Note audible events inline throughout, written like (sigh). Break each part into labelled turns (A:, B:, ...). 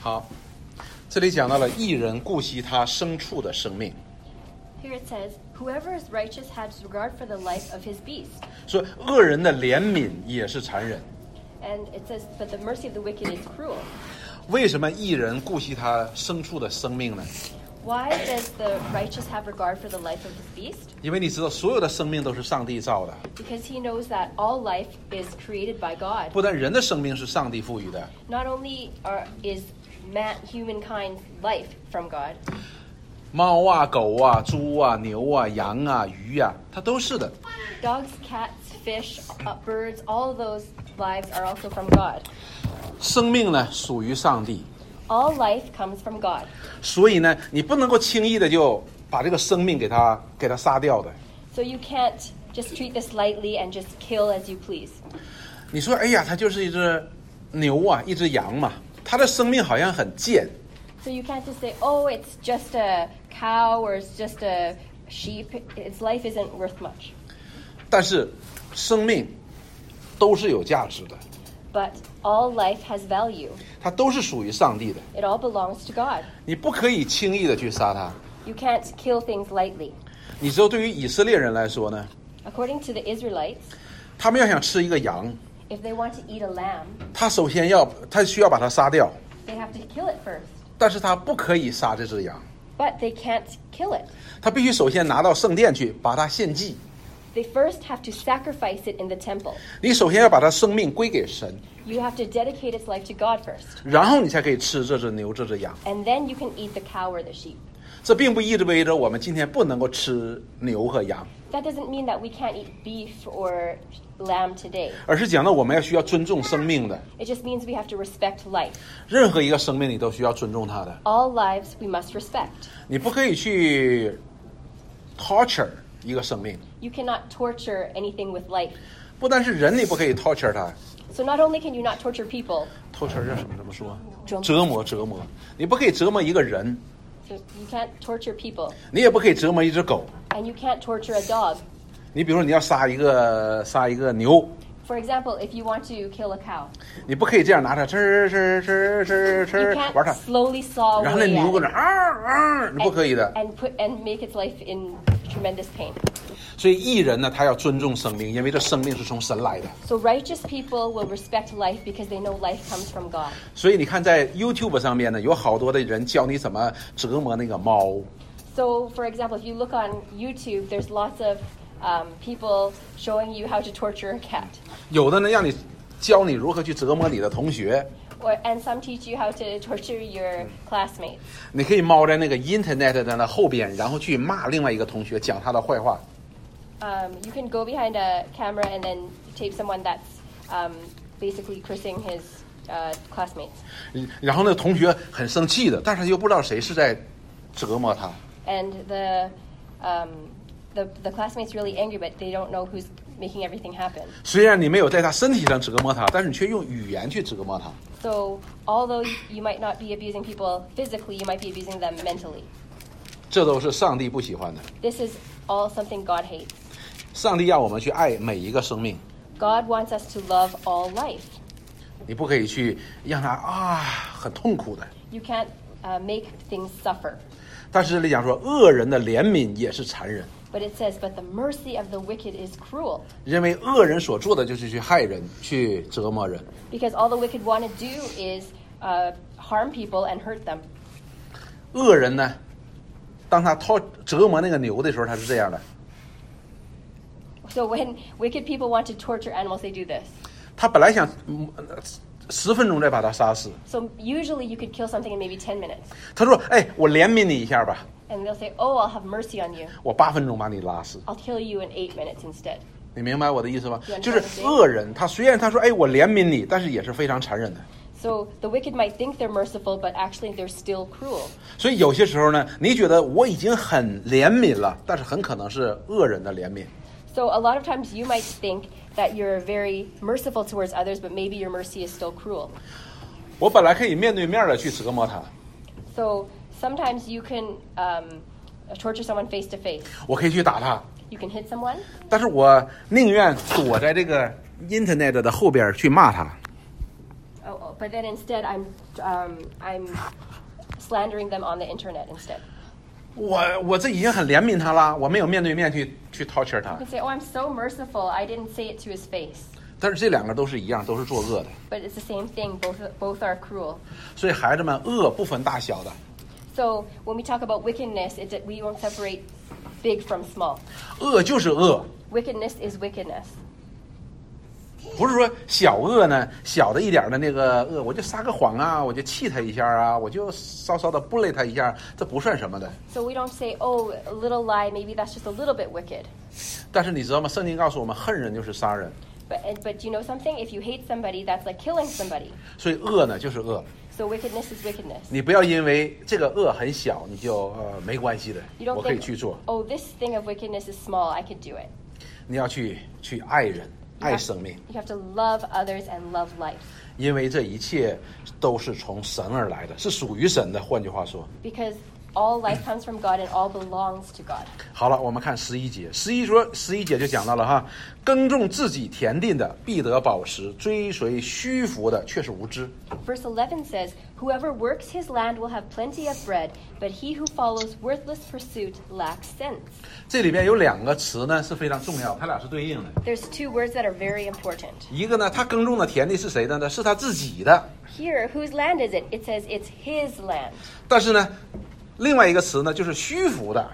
A: 好，这里讲到了一人顾惜他牲畜的生命，
B: Here it says, Whoever is righteous has regard for the life of his beast.
A: 说恶人的怜悯也是残忍。
B: And it says, But the mercy of the wicked is cruel.
A: 为什么一人顾惜他牲畜的生命呢？
B: Why does the righteous have regard for the life of his beast?
A: 因为你知道，所有的生命都是上帝造的，
B: Because he knows that all life is created by God.
A: 不但人的生命是上帝赋予的，
B: Not only are, is man, humankind's life from God,
A: 猫啊、狗啊、猪啊、牛啊、羊啊、鱼啊，它都是的。
B: dogs, cats, fish, uh, birds, all those lives are also from God.
A: 生命呢属于上帝，
B: All life comes from God.
A: 所以呢，你不能够轻易的就把这个生命给它给它杀掉的。
B: So you can't just treat this lightly and just kill as you please.
A: 你说，哎呀，它就是一只牛啊，一只羊嘛，它的生命好像很贱，
B: So you can't just say, oh, it's just a cow or it's just a sheep. Its life isn't worth much.
A: 但是生命都是有价值的，
B: But all life has value,
A: 它都是属于上帝的，
B: it all belongs to God.
A: 你不可以轻易的去杀它。
B: You can't kill things lightly.
A: 你知道，对于以色列人来说呢，
B: According to the Israelites,
A: 他们要想吃一个羊，
B: if they want to eat a lamb,
A: 他首先要他需要把它杀掉，
B: they have to kill it first.
A: 但是他不可以杀这只羊，
B: But they can't kill it.
A: 他必须首先拿到圣殿去把它献祭。
B: They first have to sacrifice it in the temple.
A: 你首先要把它生命归给神，
B: You have to dedicate its life to God first.
A: 然后你才可以吃这只牛、这只羊。
B: And then you can eat the cow or the sheep.
A: 这并不意味着我们今天不能够吃牛和羊，
B: That doesn't mean that we can't eat beef or lamb today.
A: 而是讲到我们要需要尊重生命的，
B: It just means we have to respect life.
A: 任何一个生命你都需要尊重它的，
B: All lives we must respect.
A: 你不可以去 torture 一个生命。
B: You cannot torture anything with life.
A: 不但是人，你不可以 torture 它
B: So not only can you not torture people,
A: ，torture 叫什么？怎么说？
B: 折磨
A: 折磨，折磨。你不可以折磨一个人，
B: so you can't torture people,
A: 你也不可以折磨一只狗。
B: and you can't torture a dog.
A: 你比如说，你要杀一个杀一个牛，
B: For example, if you want to kill a cow,
A: 你不可以这样拿它吃吃吃吃
B: you
A: 吃玩
B: can't
A: 它，
B: slowly saw
A: 然后那
B: away
A: 牛搁
B: at
A: 那
B: it
A: 啊啊，你不可以的
B: and,。and put and make its life in tremendous pain.
A: 所以艺人呢，他要尊重生命，因为这生命是从神来的。
B: So righteous people will respect life because they know life comes from God.
A: 所以你看，在 YouTube 上面呢，有好多的人教你怎么折磨那个猫，
B: So, for example, if you look on YouTube, there's lots of um, people showing you how to torture a cat,
A: 有的呢让你教你如何去折磨你的同学，
B: or, and some teach you how to torture your classmates.
A: 你可以猫在那个 Internet 的那后边，然后去骂另外一个同学，讲他的坏话。
B: Um, you can go behind a camera and then tape someone that's um, basically cursing his uh, classmates,
A: 然后那个同学很生气的，但是他又不知道谁是在折磨他。
B: and the um, the, the classmates really angry, but they don't know who's making everything happen.
A: 虽然你没有在他身体上折磨他，但是你却用语言去折磨他。
B: So, although you might not be abusing people physically, you might be abusing them mentally.
A: 这都是上帝不喜欢的。
B: This is all something God hates.
A: 上帝让我们去爱每一个生命，
B: God wants us to love all life.
A: 你不可以去让他啊很痛苦的。
B: You can't uh, make things suffer.
A: 但是这里讲说，恶人的怜悯也是残忍，
B: But it says, But the mercy of the wicked is cruel.
A: 因为恶人所做的就是去害人、去折磨人。
B: Because all the wicked want to do is uh, harm people and hurt them.
A: 恶人呢，当他掏折磨那个牛的时候，他是这样的，
B: So when wicked people want to torture animals, they do this.
A: 他本来想嗯呃十分钟再把他杀死，
B: So usually you could kill something in maybe 10 minutes.
A: 他说：“哎，我怜悯你一下吧，
B: And they'll say, Oh, I'll have mercy on you.
A: 我八分钟把你拉死。
B: I'll kill you in 8 minutes instead. ”
A: 你明白我的意思吗
B: 对？
A: 就是恶人，他虽然他说：“哎，我怜悯你”，但是也是非常残忍的。
B: So the wicked might think they're merciful, but actually they're still cruel.
A: 所以有些时候呢，你觉得我已经很怜悯了，但是很可能是恶人的怜悯。
B: So a lot of times you might think that you're very merciful towards others, but maybe your mercy is still cruel.
A: 我本来可以面对面的去折磨他，
B: So sometimes you can um, torture someone face to face.
A: 我可以去打他，
B: You can hit someone,
A: 但是我宁愿躲在这个 Internet 的后边去骂他。
B: oh, oh, but then instead I'm, um, I'm slandering them on the internet instead.
A: 我我这已经很怜悯他了，我没有面对面去去 torture 他
B: You，can say, oh, I'm so merciful, I didn't say it to his face.
A: 但是这两个都是一样，都是作恶的。
B: But it's the same thing, both, both are cruel.
A: 所以孩子们，恶不分大小的，
B: So when we talk about wickedness, it, that we won't separate big from small.
A: 恶就是恶，
B: Wickedness is wickedness.
A: 不是说小恶呢，小的一点的那个恶，我就撒个谎啊，我就气他一下啊，我就稍稍的不累他一下，这不算什么的。
B: So we don't say, oh, a little lie, maybe that's just a little bit wicked.
A: 但是你知道吗？圣经告诉我们，恨人就是杀人，
B: But, and- but you know something? If you hate somebody, that's like killing somebody.
A: 所以恶呢就是恶，
B: So wickedness is wickedness.
A: 你不要因为这个恶很小，你就呃没关系的
B: You，
A: 我
B: don't
A: 可以去
B: think,
A: 做。
B: oh, this thing of wickedness is small, I could do it.
A: 你要去去爱人，
B: You
A: 爱
B: have-
A: 生命，
B: You have to love others and love life
A: 因为这一切都是从神而来的，是属于神的。换句话说，
B: because all life comes from God and all belongs to God.
A: 好了，我们看十一节，十一说十一节就讲到了哈，耕种自己田地的必得饱食，追随虚浮的却是无知。
B: Verse 11 says, Whoever works his land will have plenty of bread, but he who follows worthless pursuit lacks sense.
A: 这里面有两个词呢是非常重要，它俩是对应的。
B: There's two words that are very important.
A: 一个呢，他耕种的田地是谁的呢？是他自己的。
B: Here, whose land is it? It says it's his land.
A: 但是呢，另外一个词呢就是虚浮的。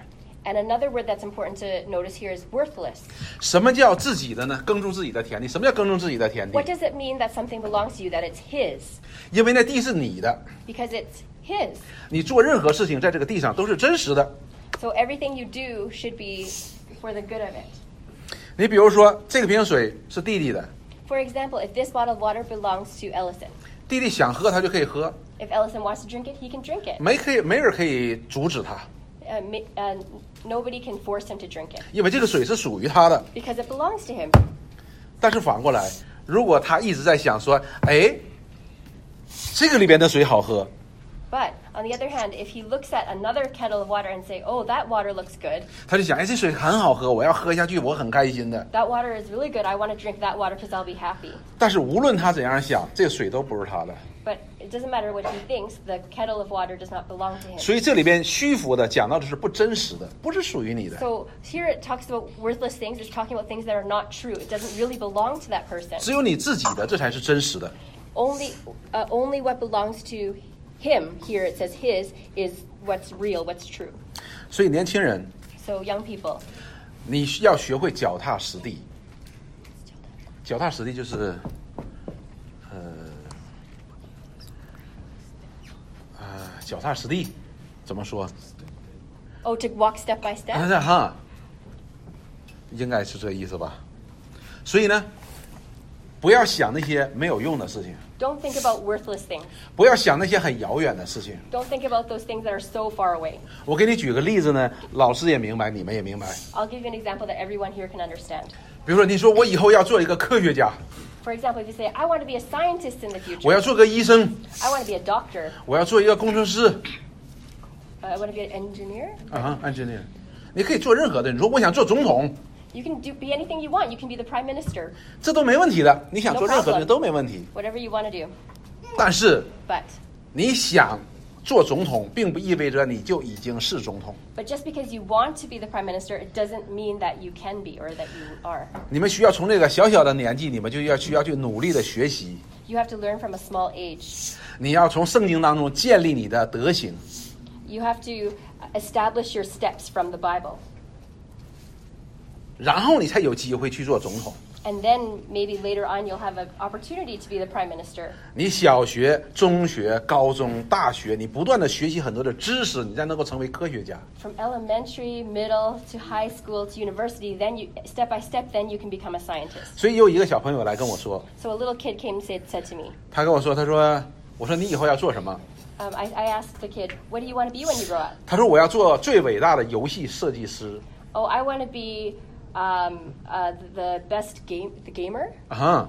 B: And another word that's important to notice here is worthless.
A: 什么叫自己的呢？耕种自己的田地。什么叫耕种自己的田地
B: What？does it mean that something belongs to you, that it's his?
A: 因为那地是你的，
B: Because it's his.
A: 你做任何事情在这个地上都是真实的。
B: So everything you do should be for the good of it.
A: 你比如说，这个瓶水是弟弟的，
B: For example, if this bottle of water belongs to Ellison,
A: 弟弟想喝他就可以喝，
B: if Ellison wants to drink it, he can drink it.
A: 没可以没人可以阻止他，
B: Uh, ma- uh, nobody can force him to drink it
A: 因为这个水是属于他的。
B: because it belongs to him.
A: 但是反过来，如果他一直在想说，哎，这个里边的水好喝，
B: But on the other hand, if he looks at another kettle of water and say, "Oh, that water looks good.
A: 他就想，哎，这水很好喝，我要喝下去，我很开心的。
B: That water is really good. I want to drink that water because I'll be happy."
A: 但是无论他怎样想，这水都不是他的。
B: But it doesn't matter what he thinks. The kettle of water does not belong to him.
A: 所以这里边虚浮的讲到的是不真实的，不是属于你的。
B: So here it talks about worthless things. It's talking about things that are not true. It doesn't really belong to that person.
A: 只有你自己的，这才是真实的。
B: Only, uh, only what belongs to him. Here it says his is what's real, what's true.
A: 所以年轻人，
B: So young people,
A: 你需要学会脚踏实地。脚踏实地就是，呃，呃，脚踏实地怎么说？
B: oh, to walk step by
A: 啊
B: step.
A: 是哈，应该是这意思吧。所以呢，不要想那些没有用的事情，
B: Don't think about worthless things.
A: 不要想那些很遥远的事情。
B: Don't think about those things that are so far away.
A: 我给你举个例子呢，老师也明白，你们也明白。
B: I'll give you an example that everyone here can understand.
A: 比如说，你说我以后要做一个科学家，
B: For example, if you say, I want to be a scientist in the future,
A: 我要做个医生，
B: I want to be a doctor,
A: 我要做一个工程师，
B: uh, I want to be an engineer,
A: 啊、安 e n 你可以做任何的。你说我想做总统，
B: you can do, be anything you want. You can be the prime minister,
A: 这都没问题的。你想做任何
B: No
A: 的
B: problem
A: 都没问题。
B: whatever you want to do.
A: 但是
B: But,
A: 你想做总统，并不意味着你就已经是总统。
B: but just because you want to be the prime minister, it doesn't mean that you can be or that you are.
A: 你们需要从这个小小的年纪，你们就要需要去努力的学习。
B: You have to learn from a small age.
A: 你要从圣经当中建立你的德行。
B: You have to establish your steps from the Bible.
A: 然后你才有机会去做总统。
B: And then maybe later on you'll have an opportunity to be the prime minister.
A: 你小学、中学、高中、大学，你不断的学习很多的知识，你才能够成为科学家。
B: from elementary, middle to high school to university, then you step by step, then you can become a scientist.
A: 所以有一个小朋友来跟我说，
B: So a little kid came and said, said to me,
A: 他跟我说，他说，我说你以后要做什么？
B: um, I, I asked the kid, "What do you want to be when you grow up?"
A: 他说我要做最伟大的游戏设计师。
B: Oh, I want to be um, uh, the best game, the gamer.
A: 啊哈，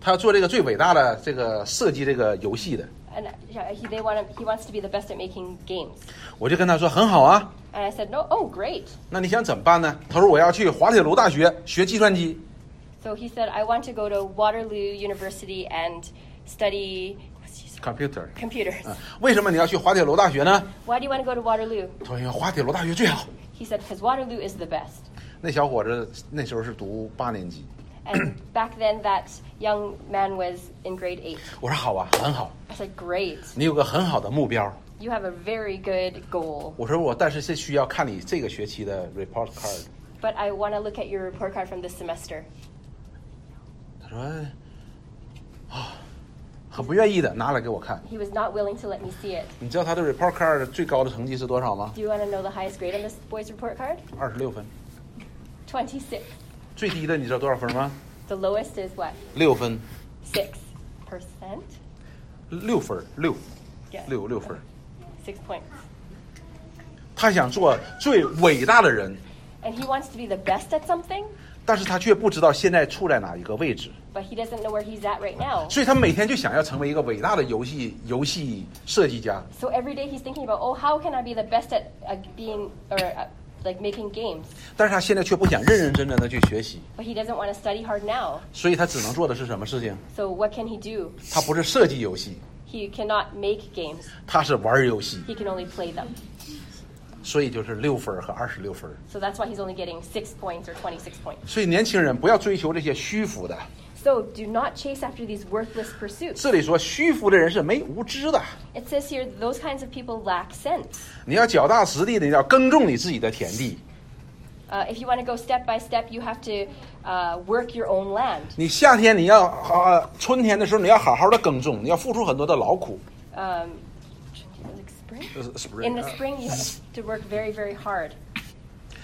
A: 他要做这个最伟大的这个设计这个游戏的。
B: And uh, yeah, he, they want to, he wants to be the best at making games.
A: 我就跟他说很好啊，
B: And I said, "No, oh, great."
A: 那你想怎么办呢？他说我要去滑铁卢大学学计算机。
B: So he said, "I want to go to Waterloo University and study
A: computer。
B: computers.
A: 啊，为什么你要去滑铁卢大学呢？
B: Why do you want to go to Waterloo?
A: 同学，滑铁卢大学最好。
B: He said, because Waterloo is the best.
A: 那小伙子那时候是读八年级，
B: And back then, that young man was in grade eight.
A: 我说好啊，很好，
B: I said, great.
A: 你有个很好的目标。
B: You have a very good goal.
A: 我说我，但是这需要看你这个学期的 report card。
B: But I want to look at your report card from this semester.
A: 他说，啊，很不愿意的，拿来给我看。
B: He was not willing to let me see it.
A: 你知道他的 report card 最高的成绩是多少吗？
B: Do you want to know the highest grade on this boy's report card?
A: 二十六分。
B: 26.
A: 最低的你知道多少分吗？
B: The lowest is what?
A: 六分，
B: 6%? Percent?
A: 六分儿，六
B: Yeah.
A: 六六分儿。
B: Six points.
A: 他想做最伟大的人，
B: And he wants to be the best at something,
A: 但是他却不知道现在处在哪一个位置，
B: but he doesn't know where he's at right now.
A: 所以他每天就想要成为一个伟大的游戏游戏设计家。
B: So every day he's thinking about, oh, how can I be the best at uh, being or uh, like making games?
A: 但是他现在却不想认认真真的去学习，
B: But he doesn't want to study hard now.
A: 所以他只能做的是什么事情？
B: So what can he do?
A: 他不是设计游戏，
B: He cannot make games.
A: 他是玩儿游戏，
B: He can only play them.
A: 所以就是六分儿和二十六分儿。
B: So that's why he's only getting six points or 26 points.
A: 所以年轻人不要追求这些虚浮的。
B: So do not chase after these worthless pursuits.
A: 这里说虚浮的人是没无知的，
B: It says here those kinds of people lack sense.
A: 你要脚踏实地的，你要耕种你自己的田地。
B: Uh, if you want to go step by step, you have to uh, work your own land.
A: 你夏天你要好、呃春天的时候你要好好的耕种，你要付出很多的劳苦。
B: Um, like spring?
A: 呃是不是
B: In the spring, you have to work very, very hard.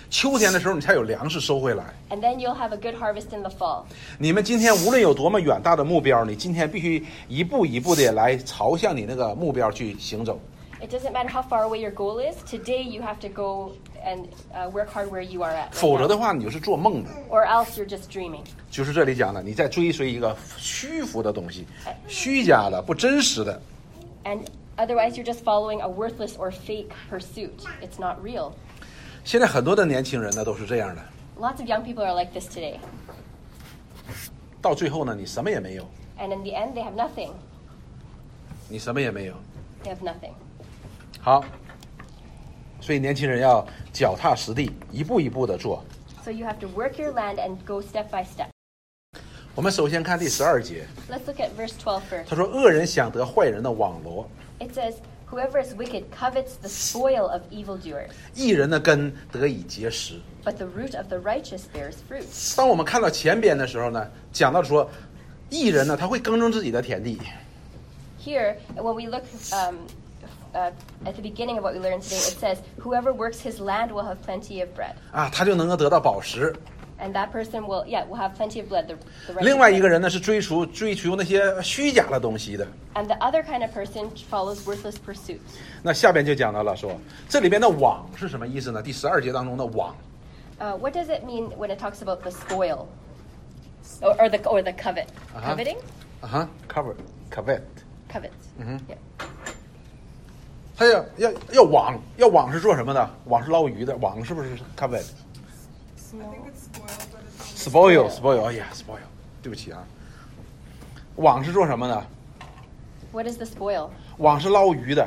A: 秋天的时候你才有粮食收回来。
B: And then you'll have a good harvest in the fall.
A: 你们今天无论有多么远大的目标，你今天必须一步一步的来朝向你那个目标去行走。
B: It doesn't matter how far away your goal is, today you have to go and uh, work hard where you are at. right
A: 否则
B: now.
A: 的话，你就是做梦的。
B: Or else you're just dreaming.
A: 就是这里讲的，你在追随一个虚浮的东西，虚假的、不真实的。
B: And otherwise, you're just following a worthless or fake pursuit. It's not real.
A: 现在很多的年轻人呢都是这样的，
B: Lots of young people are like this today.
A: 到最后呢，你什么也没有，
B: And in the end, they have nothing.
A: 你什么也没有。
B: They have nothing.
A: 好，所以年轻人要脚踏实地，一步一步的做。
B: So you have to work your land and go step by step.
A: 我们首先看第十二节，
B: Let's look at verse 12 first.
A: 他说：“恶人想得坏人的网罗，
B: It says, Whoever is wicked covets the spoil of evildoers,
A: 一人的根得以结实。
B: but the root of the righteous bears fruit. ”
A: 当我们看到前边的时候呢，讲到说，艺人呢他会耕种自己的田地，
B: Here, when we look um, uh, at the beginning of what we learned today, it says, Whoever works his land will have plenty of bread.
A: 啊，他就能够得到宝石。
B: And that person will, yeah, will have plenty of blood. The, the righteous
A: 另外一
B: man.
A: 个人呢是追逐追求那些虚假的东西的。
B: And the other kind of person follows worthless pursuits.
A: 那下边就讲到了说，这里边的网是什么意思呢？第十二节当中的网，
B: Uh, what does it mean when it talks about the spoil? Or, or the or the covet,
A: Uh-huh.
B: coveting,
A: 啊哈，cover covet，
B: covet. Yeah.
A: 他要要要网，要网是做什么的？网是捞鱼的，网是不是 covet？spoil
C: I think it's spoiled, but it's only
A: spoil，哎呀 spoil，对不起啊，网是做什么呢？
B: What is the spoil?
A: 网是捞鱼的，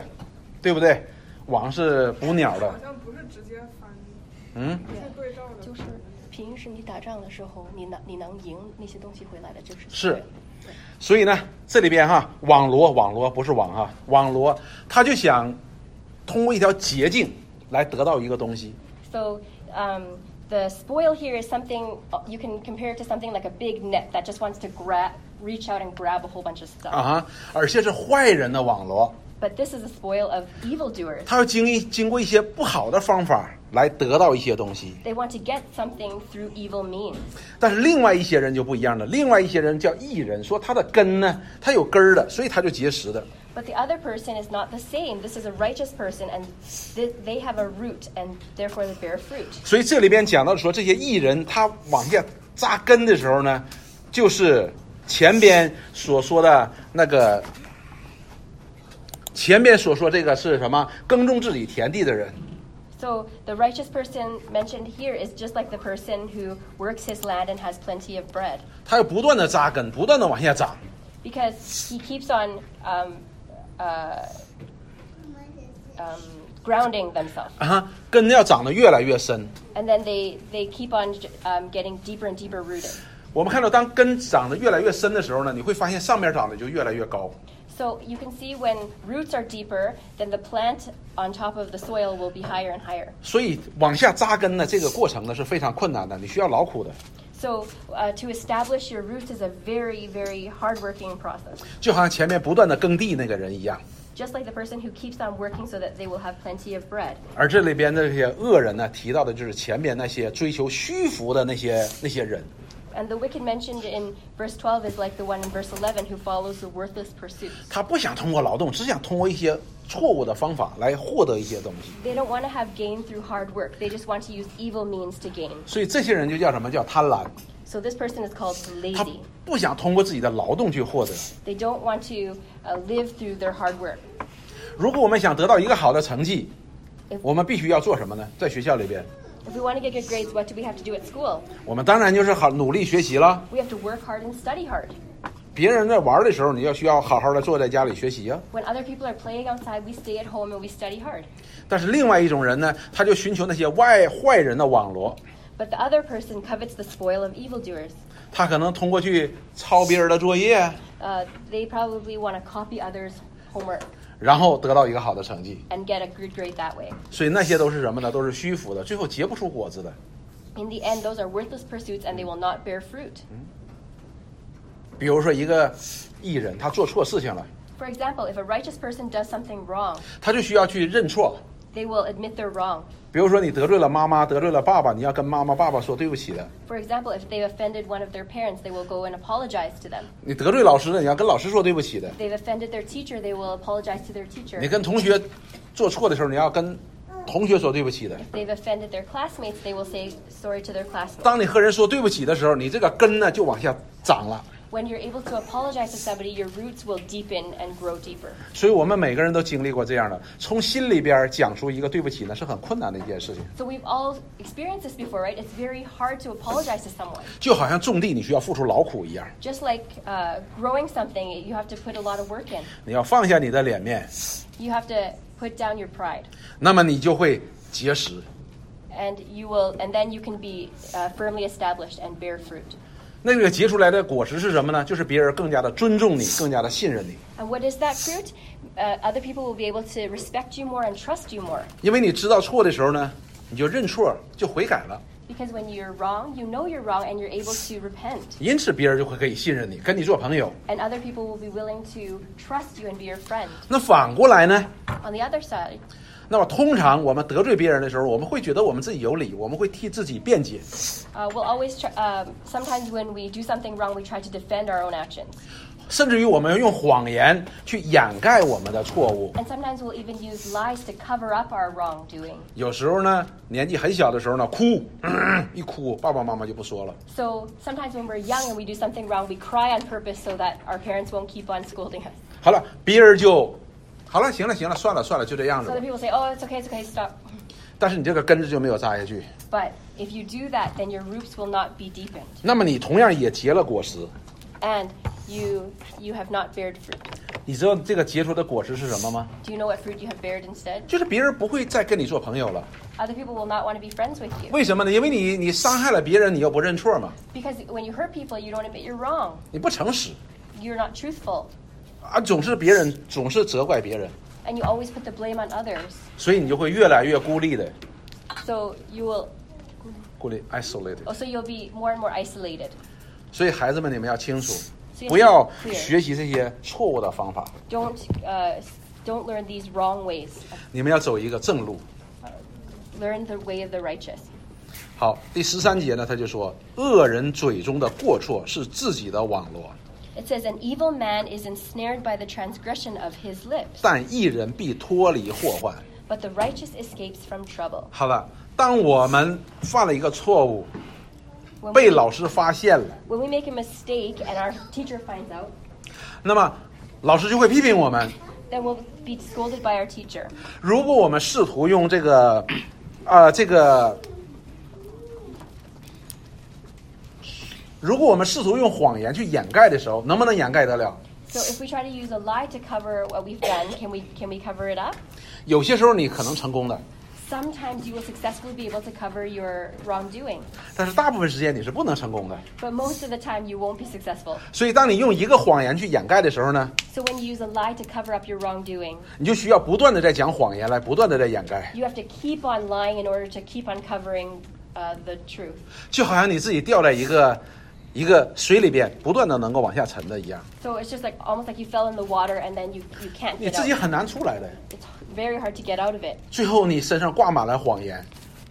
A: 对不对？网是捕鸟的
C: 好，像不是直接翻译，
A: 嗯。
C: 是对照的。
B: 就是平时你打仗的时候，你能你能赢那些东西回来的，就是
A: 是，所以呢，这里边哈，网罗网罗不是网哈，网罗他就想通过一条捷径来得到一个东西，
B: So um, the spoil here is something uh, you can compare it to something like a big net that just wants to grab, reach out and grab a whole bunch of stuff.
A: 啊哈，而且是坏人的网罗，
B: But this is a spoil of evildoers.
A: 他要经一经过一些不好的方法来得到一些东西。
B: They want to get something through evil means.
A: 但是另外一些人就不一样了，另外一些人叫异人，说他的根呢，他有根儿的，所以他就结实的。
B: But the other person is not the same. This is a righteous person, and th- they have a root, and therefore they bear fruit.
A: 所以这里边讲到说，这些艺人他往下扎根的时候呢，就是前边所说的那个，前边所说这个是什么？耕种自己田地的人，
B: So the righteous person mentioned here is just like the person who works his land and has plenty of bread.
A: 他要不断的扎根，不断的往下长。
B: because he keeps on um, uh, um, grounding themselves,
A: 啊哈，根要长得越来越深。
B: and then they they keep on um, getting deeper and deeper rooted.
A: 我们看到，当根长得越来越深的时候呢，你会发现上面长得就越来越高。
B: So you can see when roots are deeper, then the plant on top of the soil will be higher and higher.
A: 所以往下扎根呢，这个过程呢是非常困难的，你需要劳苦的，
B: So uh, to establish your roots is a very, very hardworking process.
A: 就好像前面不断的耕地那个人一样。
B: Just like the person who keeps on working so that they will have plenty of bread.
A: 而这里边的这些恶人呢，提到的就是前面那些追求虚浮的那些那些人。
B: And the wicked mentioned in verse 12 is like the one in verse 11 who follows the worthless pursuits.
A: 他不想通过劳动，只想通过一些错误的方法来获得一些东西。
B: They don't want to have gain through hard work. They just want to use evil means to gain.
A: 所以这些人就叫什么叫贪婪？
B: So this person is called
A: 他
B: lazy.
A: 不想通过自己的劳动去获得。
B: They don't want to uh, live through their hard work.
A: 如果我们想得到一个好的成绩，
B: If,
A: 我们必须要做什么呢？在学校里边，
B: if we want to get good grades, what do we have to do at school?
A: 我们当然就是好努力学习了。
B: We have to work hard and study hard.
A: 别人在玩的时候，你要需要好好的坐在家里学习啊呀、
B: When other people are playing outside, we stay at home and we study hard.
A: 但是另外一种人呢，他就寻求那些外坏人的网罗，
B: But the other person covets the spoil of evildoers.
A: 他可能通过去抄别人的作业，
B: Uh, they probably want to copy others' homework
A: 然后得到一个好的成绩。
B: and get a good grade that way.
A: 所以那些都是什么呢？都是虚浮的，最后结不出果子的。
B: In the end, those are worthless pursuits and they will not bear fruit.
A: 比如说一个艺人，他做错事情了，
B: For example, if a righteous person does something wrong,
A: 他就需要去认错。
B: they will admit they're wrong.
A: 比如说你得罪了妈妈，得罪了爸爸，你要跟妈妈、爸爸说对不起的。
B: For example, if they offended one of their parents, they will go and apologize to them.
A: 你得罪老师了，你要跟老师说对不起的
B: If。they've offended their teacher, they will apologize to their
A: 你
B: teacher.
A: 跟同学做错的时候，你要跟同学说对不起的。
B: If they've offended their classmates, they will say sorry to their classmates.
A: 当你和人说对不起的时候，你这个根呢就往下长了。
B: When you're able to apologize to somebody, your roots will deepen and grow deeper.
A: 所以我们每个人都经历过这样的，从心里边讲出一个对不起呢，是很困难的一件事情。
B: So we've all experienced this before, right? It's very hard to apologize to someone.
A: 就好像种地，你需要付出劳苦一样，
B: Just like uh, growing something, you have to put a lot of work in.
A: 你要放下你的脸面，
B: You have to put down your pride,
A: 那么你就会结实。
B: and you will, and then you can be uh, firmly established and bear fruit.
A: 那个结出来的果实是什么呢？就是别人更加的尊重你，更加的信任你，
B: And what is that fruit? Uh, other people will be able to respect you more and trust you more.
A: 因为你知道错的时候呢，你就认错，就悔改了，
B: Because when you're wrong, you know you're wrong and you're able to repent.
A: 因此别人就会可以信任你，跟你做朋友。
B: And other people will be willing to trust you and be your friend.
A: 那反过来呢？
B: On the other side,
A: 那么通常我们得罪别人的时候，我们会觉得我们自己有理，我们会替自己辩解。
B: Uh, we'll always try, um, sometimes when we do something wrong, we try to defend our own actions,
A: 甚至于我们用谎言去掩盖我们的错误。
B: and sometimes we'll even use lies to cover up our wrongdoing.
A: 有时候呢，年纪很小的时候呢，哭，嗯一哭，爸爸妈妈就不说了。
B: So sometimes when we're young and we do something wrong, we cry on purpose so that our parents won't keep on scolding us.
A: 好了，别人就，好了，行了，行了，算了，算了，就这样子
B: So
A: 吧
B: other。people say, "Oh, it's okay, it's okay, stop."
A: 但是你这个根子就没有扎下去，
B: But if you do that, then your roots will not be deepened,
A: 那么你同样也结了果实。
B: and you you have not bared fruit.
A: 你知道这个结出的果实是什么吗？
B: Do you know what fruit you have bared instead?
A: 就是别人不会再跟你做朋友了。
B: Other people will not want to be friends with you
A: 为什么呢？因为你你伤害了别人，你又不认错嘛，
B: because when you hurt people, you don't admit you're wrong.
A: 你不诚实
B: You're not truthful.
A: 啊，总是别人总是责怪别人，
B: and you always put the blame on others.
A: 所以你就会越来越孤立的，
B: So you will,
A: 孤立 isolated。
B: also you'll be more and more isolated.
A: 所以孩子们，你们要清楚，
B: 所以
A: 不要
B: 对
A: 学习这些错误的方法，
B: Don't uh, s- don't learn these wrong ways.
A: 你们要走一个正路。
B: Learn the way of the righteous.
A: 好，第十三节呢，他就说，恶人嘴中的过错是自己的网罗，
B: It says, "An evil man is ensnared by the transgression of his lips,
A: 但一人必脱离祸患。
B: but the righteous escapes from trouble."
A: 好了，当我们犯了一个错误，
B: When
A: 被
B: we,
A: 老师发现了，
B: when we make a mistake and our teacher finds out,
A: 那么老师就会批评我们。
B: then we'll be scolded by our teacher.
A: 如果我们试图用这个，呃，这个，如果我们试图用谎言去掩盖的时候，能不能掩盖得了？
B: So if we try to use a lie to cover what we've done, can we can we cover it up?
A: 有些时候你可能成功的，
B: Sometimes you will successfully be able to cover your wrongdoing,
A: 但是大部分时间你是不能成功的。
B: but most of the time you won't be successful.
A: 所以，当你用一个谎言去掩盖的时候呢，
B: So when you use a lie to cover up your wrongdoing,
A: 你就需要不断的在讲谎言，来不断的在掩盖，
B: you have to keep on lying in order to keep on covering uh, the truth.
A: 就好像你自己掉在一个一个水里边，不断的能够往下沉的一样，
B: So it's just like almost like you fell in the water and then you, you can't
A: 你
B: get
A: 自己
B: out.
A: 很难出来的。
B: It's very hard to get out of it.
A: 最后，你身上挂满了谎言，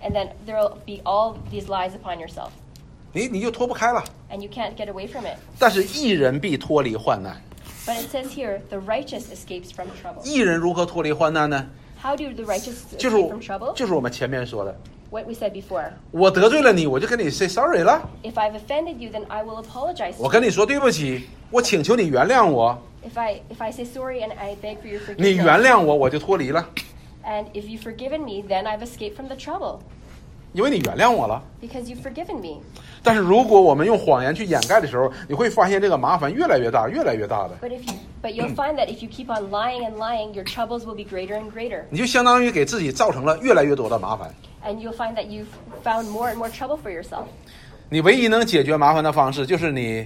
B: And then there will be all these lies upon yourself.
A: 你你就脱不开了。
B: And you can't get away from it.
A: 但是，一人必脱离患难。
B: But it says here, the righteous escapes from trouble.
A: 一人如何脱离患难呢？
B: How do the righteous
A: 就
B: escape
A: 是我
B: from trouble?
A: 就是我们前面说的，
B: What we said before.
A: 我得罪了你，我就跟你 say sorry 了，
B: If I've offended you, then I will apologize. to
A: 我
B: you.
A: 跟你说对不起，我请求你原谅我，
B: If I if I say sorry and I beg for your
A: 你
B: forgiveness,
A: 原谅我，我就脱离了，
B: and if you've forgiven me, then I've escaped from the trouble
A: 因为你原谅我了。
B: because you've forgiven me.
A: 但是如果我们用谎言去掩盖的时候，你会发现这个麻烦越来越大，越来越大的。
B: But if you but you'll find that if you keep on lying and lying, your troubles will be greater and greater,
A: 你就相当于给自己造成了越来越多的麻烦。
B: and you'll find that you've found more and more trouble for yourself.
A: 你唯一能解决麻烦的方式就是你，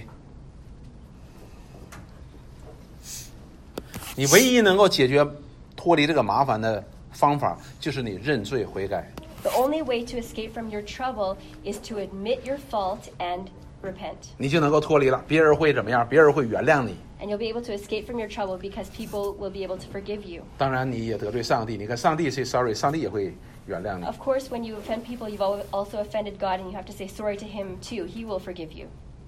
A: 你唯一能够解决脱离这个麻烦的方法就是你认罪悔改。
B: The only way to escape from your trouble is to admit your fault and repent,
A: 你就能够脱离了。别人会怎么样？别人会原谅你。
B: and you'll be able to escape from your trouble because people will be able to forgive you.
A: 当然，你也得罪上帝。你跟上帝 say sorry，上帝也会原谅你。
B: Of course, when you offend people, you've al- also offended God, and you have to say sorry to Him too. He will forgive you,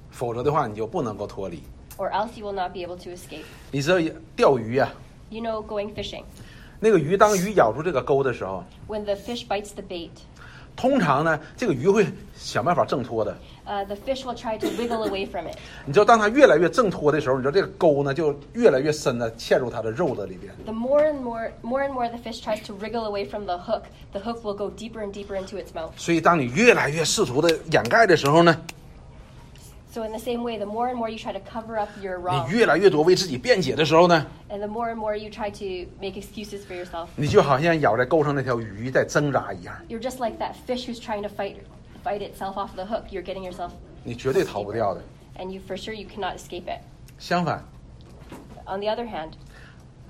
A: 否则的话，你就不能够脱离。
B: or else you will not be able to escape.
A: 你知道钓鱼啊，
B: You know, going fishing.
A: 那个鱼当鱼咬住这个钩的时候，
B: When the fish bites the bait,
A: 通常呢，这个鱼会想办法挣脱的。
B: uh, the fish will try to wiggle away from it.
A: 你知道，当它越来越挣脱的时候，你知道这个钩呢就越来越深的嵌入它的肉的里边。
B: The more and more, more and more the fish tries to wriggle away from the hook, the hook will go deeper and deeper into its mouth.
A: 所以，当你越来越试图的掩盖的时候呢，
B: So in the same way, the more and more you try to cover up your
A: 你
B: wrong,
A: 越来越多为自己辩解的时候呢，
B: and the more and more you try to make excuses for yourself,
A: 你就好像咬在钩上那条鱼在挣扎一样，
B: you're just like that fish who's trying to fight, fight itself off the hook. You're getting yourself,
A: 你绝对逃不掉的。
B: and you for sure you cannot escape it.
A: 相反，
B: On the other hand,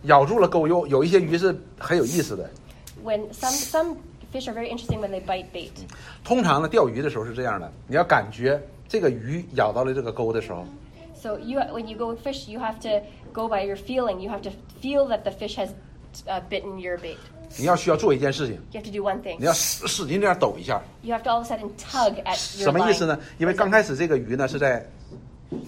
A: 咬住了钩，有有一些鱼是很有意思的。
B: when some some fish are very interesting when they bite bait.
A: 通常呢，钓鱼的时候是这样的：你要感觉这个鱼咬到了这个钩的时候，
B: So you when you go fish, you have to go by your feeling. You have to feel that the fish has uh, bitten your bait.
A: 你要需要做一件事情，
B: You have to do one
A: 你
B: thing.
A: 要使使劲这样抖一下。
B: You have to all of a sudden tug at
A: 什
B: your
A: 么意思呢
B: line.？
A: 因为刚开始这个鱼呢是在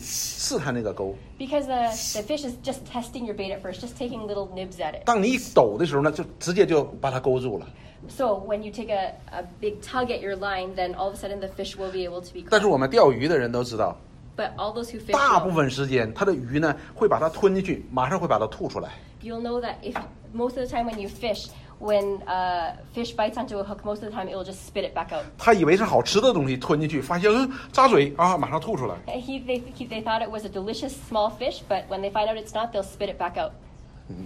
A: 试探这个钩，
B: Because the, the fish is just testing your bait at first, just taking little nibs at it.
A: 当你一抖的时候呢，就直接就把它勾住了。
B: So when you take a, a big tug at your line, then all of a sudden the fish will be able to be
A: 但是
B: caught.
A: 我们钓鱼的人都知道，
B: But all those who fish,
A: 大部
B: know,
A: 分时间它的鱼呢会把它吞进去，马上会把它吐出来。
B: you'll know that if most of the time when you fish, when uh, fish bites onto a hook, most of the time it will just spit it back out.
A: 他以为是好吃的东西吞进去，发现嗯扎嘴啊，马上吐出来。
B: He, they, he, they thought it was a delicious small fish, but when they find out it's not, they'll spit it back out.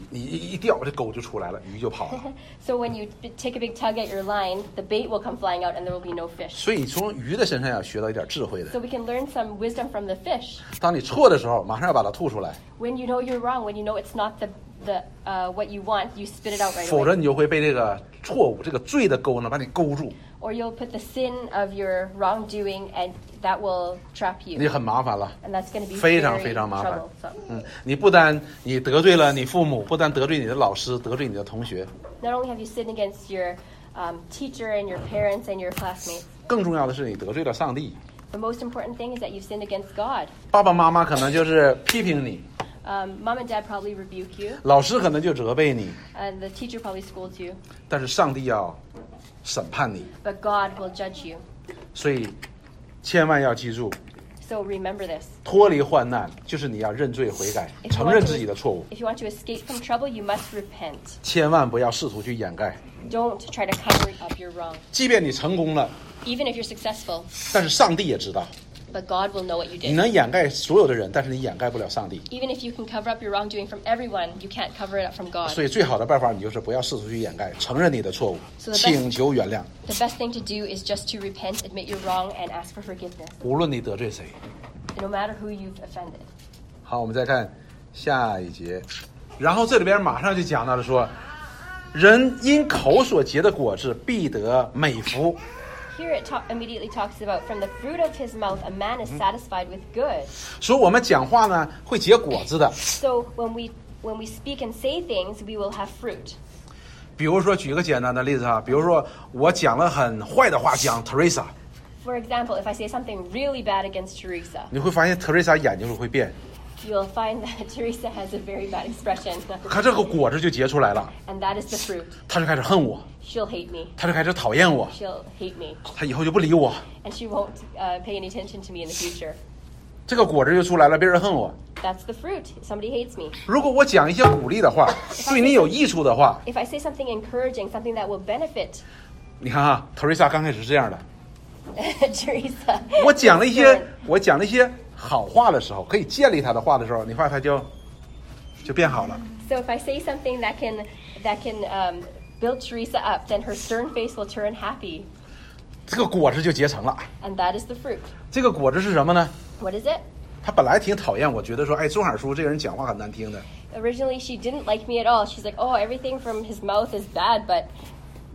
A: 你你一一钓，这钩就出来了，鱼就跑
B: (laughs)
A: 了。
B: So when you b- take a big tug at your line, the bait will come flying out and there will be no fish.
A: 所以从鱼的身上要学到一点智慧的。
B: So we can learn some wisdom from the fish.
A: 当你错的时候，马上要把它吐出来，
B: When you know you're wrong, when you know it's not the, the uh, what you want, you spit it out right
A: 否则
B: away.
A: 你就会被这个错误、这个罪的钩呢把你勾住，
B: Or you'll put the sin of your wrongdoing and that will trap
A: 你
B: you.
A: 很麻烦了。
B: And that's going to be
A: 非常-非常
B: very
A: 麻烦。
B: troublesome.
A: 嗯，你不单你得罪了你父母，不单得罪你的老师，得罪你的同学，
B: Not only have you sinned against your um, teacher and your parents and your classmates,
A: 更重要的是你得罪了上帝。
B: the most important thing is that you've sinned against God.
A: 爸爸妈妈可能就是批评你，
B: Um, mom and dad probably rebuke you,
A: 老师可能就责备你，
B: and the teacher probably scolds you,
A: 但是上帝要审判你，
B: but God will judge you.
A: 所以千万要记住，
B: So remember this.
A: 脱离患难就是你要认罪悔改，
B: If you
A: 承
B: want
A: 认
B: to-
A: 自己的错误，
B: If you want to escape from trouble, you must repent.
A: 千万不要试图去掩盖。
B: Don't try to cover up your wrong.
A: 即便你成功了，
B: Even if you're successful,
A: 但是上帝也知道，
B: but God will know what you
A: 你
B: did.
A: 能掩盖所有的人，但是你掩盖不了上帝。
B: Even if you can cover up your wrongdoing from everyone, you can't cover it up from God.
A: 所以最好的办法，你就是不要试图去掩盖，承认你的错误，
B: So the best-
A: 请求原谅。
B: The best thing to do is just to repent, admit you're wrong, and ask for forgiveness,
A: 无论你得罪谁。
B: no matter who you've offended.
A: 好，我们再看下一节，然后这里边马上就讲到了说，人因口所结的果子必得美福。
B: Here it ta- immediately talks about from the fruit of his mouth, a man is satisfied with good.
A: 所以我们讲话呢会结果子的，
B: So when we when we speak and say things, we will have fruit.
A: 比如说举个简单的例子啊哈，比如说我讲了很坏的话，讲 Teresa，
B: For example, if I say something really bad against Teresa,
A: 你会发现 Teresa 眼睛会变，
B: you'll find (laughs) that Teresa has a very bad expression,
A: 她这个果子就结出来了，
B: and that is the fruit.
A: 她就开始恨我，
B: She'll hate me.
A: 她就开始讨厌我，
B: She'll hate me,
A: 她以后就不理我，
B: and she won't uh, pay any attention to me in the future.
A: 这个果子就出来了，别人恨我。
B: That's the fruit. Somebody hates me.
A: 如果我讲一些鼓励的话，对你有益处的话，
B: If I say something encouraging, something that will benefit (laughs)
A: 你看哈，Teresa 刚开始是这样的，
B: Teresa,
A: 我讲了一
B: it's
A: 些
B: good.
A: 我讲了一些好话的时候，可以建立她的话的时候，你发现她就就变好了。
B: So if I say something that can that can um, build Teresa up, then her stern face will turn happy,
A: 这个果子就结成了。
B: and that is the fruit.
A: 这个果子是什么呢？
B: What is it?
A: 她本来挺讨厌我，觉得说，哎，钟海叔这个人讲话很难听的。
B: Originally, she didn't like me at all. She's like, "Oh, everything from his mouth is bad," but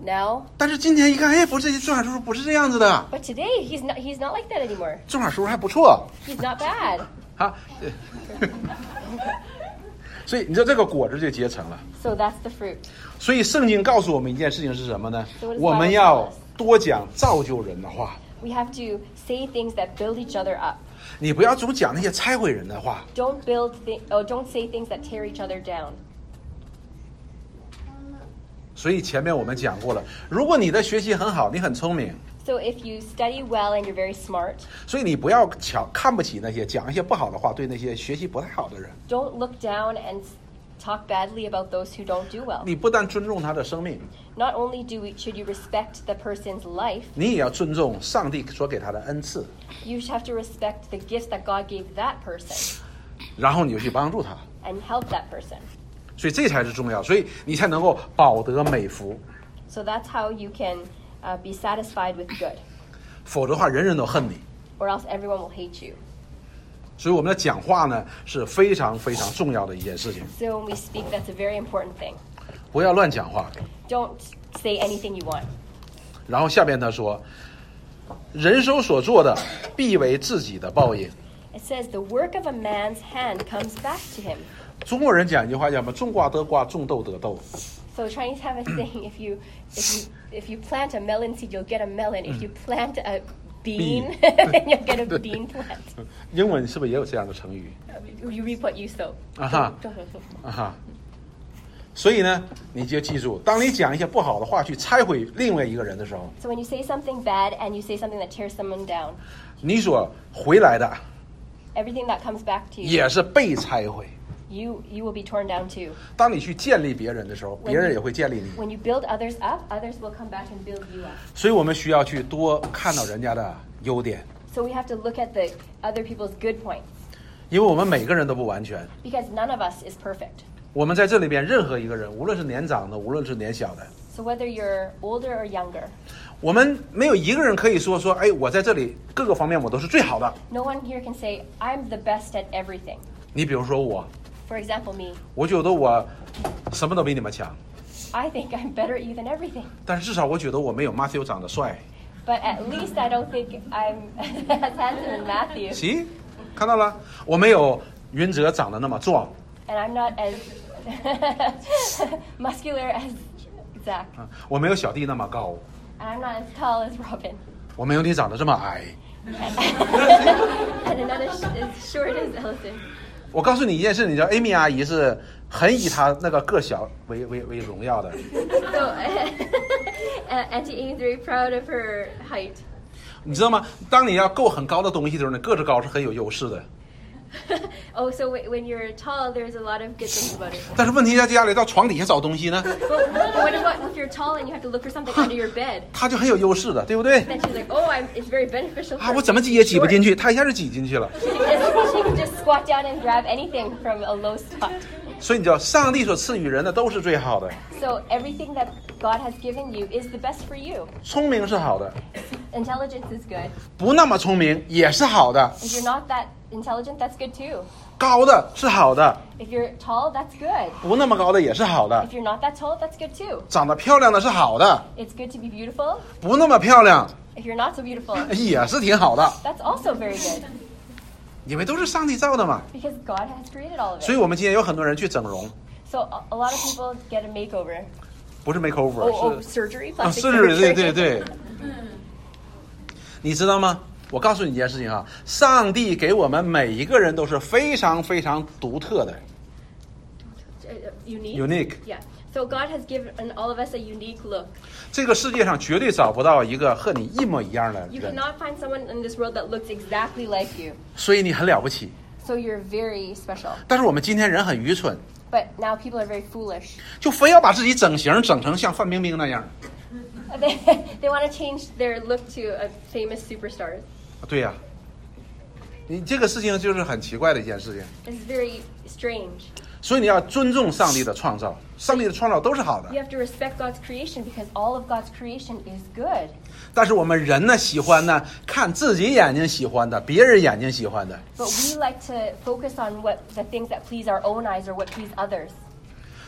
B: now,
A: 但是今天一看，哎，不是，钟海叔不是这样子的，
B: but today he's not he's not like that anymore.
A: 钟海叔还不错
B: He's not bad.
A: 啊。 (laughs) 呃所以你知道这个果子就结成了。
B: So that's the fruit.
A: 所以圣经告诉我们一件事情是什么呢
B: So what？does
A: 我们
B: Bible
A: 要
B: tell us?
A: 多讲造就人的话，
B: We have to say things that build each other up.
A: 你不要总讲那些拆毁人的话。
B: Don't build th- oh, don't say things that tear each other down.
A: 所以前面我们讲过了，如果你的学习很好，你很聪明，
B: So if you study well and you're very smart,
A: 所以你不要瞧看不起那些讲一些不好的话，对那些学习不太好的人，
B: don't look down and s- talk badly about those who don't do well.
A: 你不但尊重他的生命，
B: Not only do we, should you respect the person's life,
A: 你也要尊重上帝所给他的恩赐，
B: you should have to respect the gifts that God gave that person
A: 然后你就去帮助他，
B: and help that person.
A: 所以这才是重要，所以你才能够保得美福，
B: So that's how you can uh, be satisfied with good,
A: 否则的话人人都恨你。
B: or else everyone will hate you.
A: 所以我们的讲话呢是非常非常重要的一件事情，
B: So when we speak, that's a very important thing.
A: 不要乱讲话。
B: Don't say anything you want.
A: 然后下边他说，人手所做的必为自己的报应。
B: It says, the work of a man's hand comes back to him.
A: 中国人讲一句话叫什么？种瓜得瓜，种豆得豆。
B: So Chinese have a (laughs) saying: if you if you if you plant a melon seed, you'll get a melon. If you plant a bean,
A: Bean.
B: (laughs) then you'll get a bean plant.
A: 英文是不是也有这样的成语
B: You reap what you sow.
A: 啊哈啊哈？所以呢，你就记住，当你讲一些不好的话去拆毁另外一个人的时候，
B: (laughs) So when you say something bad and you say something that tears someone down,
A: 你所回来的
B: everything that comes back to you,
A: 也是被拆毁。
B: you you will be torn down too.
A: 当你去建立别人的时候，别人也会建立你。
B: When you build others up, others will come back and build you up.
A: 所以我们需要去多看到人家的优点，
B: So we have to look at the other people's good points
A: 因为我们每个人都不完全。
B: because none of us is perfect.
A: 我们在这里边任何一个人，无论是年长的，无论是年小的，
B: So whether you're older or younger,
A: 我们没有一个人可以说说，哎，我在这里各个方面我都是最好的。
B: no one here can say I'm the best at everything.
A: 你比如说我，
B: For example, me.
A: 我觉得我什么都比你们强，
B: I think I'm better at you than everything.
A: 但是至少我觉得我没有 Matthew 长得帅。
B: But at least I don't think I'm (laughs) as handsome as Matthew.
A: 行，看到了，我没有云哲长得那么壮
B: And I'm not as (laughs) muscular as Zach.
A: 啊，我没有小弟那么高，
B: And I'm not as tall as Robin. (laughs)
A: 我没有你长得这么矮。
B: and I'm not as, as short as Elton.
A: 我告诉你一件事，你知道 Amy 阿姨是很以她那个个小为为为荣耀的。
B: So (laughs) uh, Auntie Amy's very proud of her height. (laughs)
A: 你知道吗？当你要够很高的东西的时候，你个子高是很有优势的。
B: oh, so w- when you're tall, there's a lot of good things about it.
A: 但是问题在家里到床底下找东西呢，
B: But, but what about if you're tall and you have to look for something under your bed?
A: 他就很有优势的，对不对？
B: Then she's like, oh, I'm, it's very beneficial.
A: 啊，
B: for
A: 我怎么挤
B: me
A: 也
B: to
A: 挤不
B: be
A: 进
B: short."
A: 去，他一下就挤进去了。
B: She can, just, she can just squat down and grab anything from a low spot.
A: 所以你知道，上帝所赐予人的都是最好的，
B: So everything that God has given you is the best for you.
A: 聪明是好的，
B: Intelligence is good.
A: 不那么聪明也是好的，
B: If you're not that intelligent, that's good too.
A: 高的是好的，
B: If you're tall, that's good.
A: 不那么高的也是好的，
B: If you're not that tall, that's good too.
A: 长得漂亮的是好的，
B: It's good to be beautiful.
A: 不那么漂亮
B: If you're not so beautiful,
A: 也是挺好的，
B: that's also very good
A: 因为都是上帝造的嘛。
B: because God has created all of
A: 所以
B: it.
A: 我们今天有很多人去整容，
B: So a, a lot of people get a makeover.
A: 不是
B: Oh,
A: makeover，
B: oh
A: 是
B: surgery,
A: 啊，
B: plastic
A: 是，对
B: surgery.
A: 对对。你知道吗？我告诉你一件事情哈，上帝给我们每一个人都是非常非常独特的
B: Uh, uh, Unique.
A: ，unique。
B: Yeah. So God has given all of us a unique look.
A: 这个世界上绝对找不到一个和你一模一样的
B: You
A: 人，
B: cannot find someone in this world that looks exactly like you.
A: 所以你很了不起。
B: So you're very special.
A: 但是我们今天人很愚蠢，
B: But now people are very foolish. (laughs)
A: 就非要把自己整形整成像范冰冰那样。
B: They, they want to change their look to a famous superstar.
A: 对呀、你这个事情就是很奇怪的一件事情。
B: It's very strange.
A: 所以你要尊重上帝的创造，上帝的创造都是好的
B: You。have to respect God's creation because all of God's creation is good.
A: 但是我们人呢，喜欢呢看自己眼睛喜欢的，别人眼睛喜欢的。
B: But we like to focus on what the things that please our own eyes or what please others.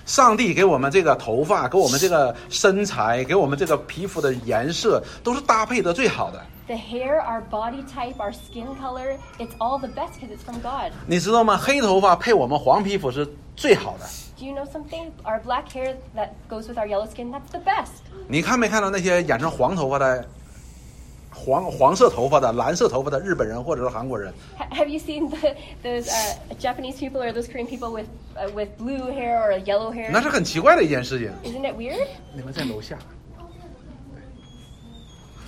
A: 上帝给我们这个头发，给我们这个身材，给我们这个皮肤的颜色，都是搭配的最好的。
B: The hair, our body type, our skin color, it's all the best because it's from God.
A: 你知道吗？黑头发配我们黄皮肤是最好的。
B: Do you know something? Our black hair that goes with our yellow skin, that's the best.
A: 你看没看到那些染成黄头发的、黄黄色头发的、蓝色头发的日本人或者是韩国人？
B: Ha have you seen (laughs) the, those uh, Japanese people or those Korean people with, uh, with blue hair or yellow hair?
A: 那是很奇怪的一件事情。
B: Isn't it weird?
A: 你们在楼下，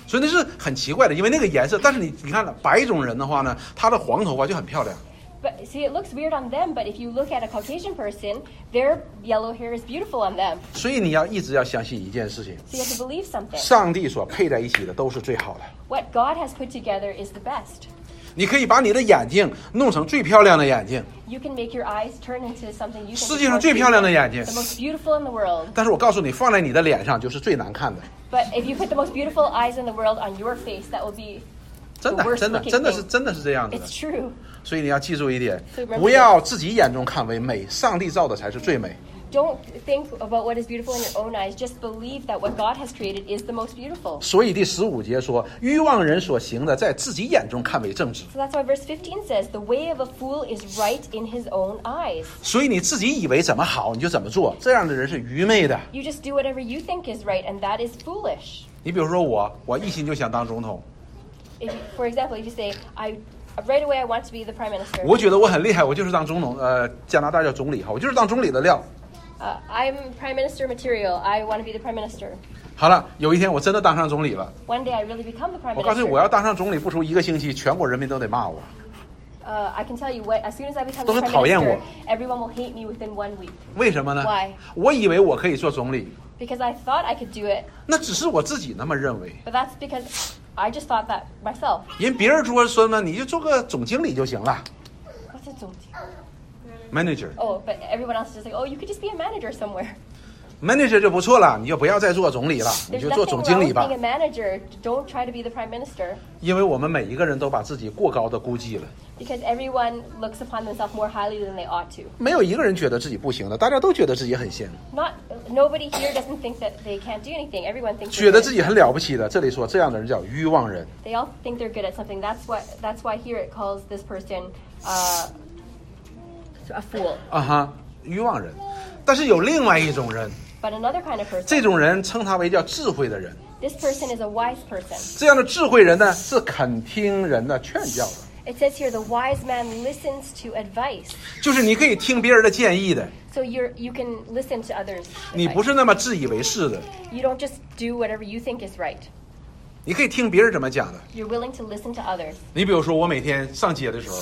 A: 所以那是很奇怪的，因为那个颜色。但是你你看了白种人的话呢，他的黄头发就很漂亮。
B: But see, it looks weird on them, but if you look at a Caucasian person, their yellow hair is beautiful on them.
A: 所以你要一直要相信一件事情：
B: So you have to believe something.
A: 上帝所配在一起的都是最好的。
B: What God has put together is the best.
A: 你可以把你的眼睛弄成最漂亮的眼睛，
B: You can make your eyes turn into something you think is
A: 世界上
B: most
A: 最漂亮的眼睛。
B: beautiful, the most beautiful in the world.
A: 但是我告诉你，放在你的脸上就是最难看的。
B: But if you put the most beautiful eyes in the world on your face, that will be
A: 真的，真的，真的是真的是这样子的
B: it's。true.
A: 所以你要记住一点
B: So remember，
A: 不要自己眼中看为美，上帝造的才是最美。
B: Don't think about what is beautiful in your own eyes. Just believe that what God has created is the most beautiful.
A: 所以第十五节说，欲望人所行的，在自己眼中看为正直。
B: So that's why verse 15 says, The way of a fool is right in his own eyes.
A: 所以你自己以为怎么好你就怎么做，这样的人是愚昧的。
B: You just do whatever you think is right, and that is foolish.
A: 你比如说我，我一心就想当总统，
B: If, for example, if you say, I right away I want to be the prime minister.
A: 我觉得我很厉害，我就是当总统，呃，加拿大叫总理哈，我就是当总理的料。
B: Uh, I'm prime minister material. I want to be the prime minister.
A: 好了，有一天我真的当上总理了，
B: One day I really become the prime
A: 我告诉你，
B: minister.
A: 我要当上总理不出一个星期，全国人民都得骂我。
B: Uh, I can tell you what. As soon as I become
A: 都
B: the
A: 是
B: prime minister,
A: 讨厌我。
B: everyone will hate me within one week
A: 为什么呢
B: Why？
A: 我以为我可以做总理，
B: because I thought I could do it,
A: 那只是我自己那么认为。
B: but that's because I just thought that myself.
A: 人别人说说呢，你就做个总经理就行了
B: What's it don't do?
A: ，manager
B: Oh, but everyone else is just like, oh, you could just be a manager somewhere.
A: manager 就不错了，你就不要再做总理了，你
B: There's
A: 就做
B: nothing
A: 总
B: wrong
A: 经理
B: with
A: 吧
B: being a。manager. Don't try to be the prime minister
A: 因为我们每一个人都把自己过高的估计了，
B: because everyone looks upon themselves more highly than they ought to.
A: 没有一个人觉得自己不行的，大家都觉得自己很行，
B: Not nobody here doesn't think that they can't do anything. Everyone thinks
A: 觉
B: they're
A: 得自
B: good.
A: 己很了不起的。这里说这样的人叫欲望人，
B: they all think they're good at something. That's what. That's why here it calls this person uh, a fool.
A: 啊哈，欲望人。但是有另外一种人，
B: But another kind of
A: 这
B: person.
A: 种人称他为叫智慧的人。
B: This person is a wise person.
A: 这样的智慧人呢，是肯听人的劝教的，
B: It says here the wise man listens to advice.
A: 就是你可以听别人的建议的，
B: So you're you can listen to others.
A: 你不
B: advice.
A: 是那么自以为是的，
B: You don't just do whatever you think is right.
A: 你可以听别人怎么讲的。
B: You're willing to listen to others.
A: 你比如说，我每天上街的时候，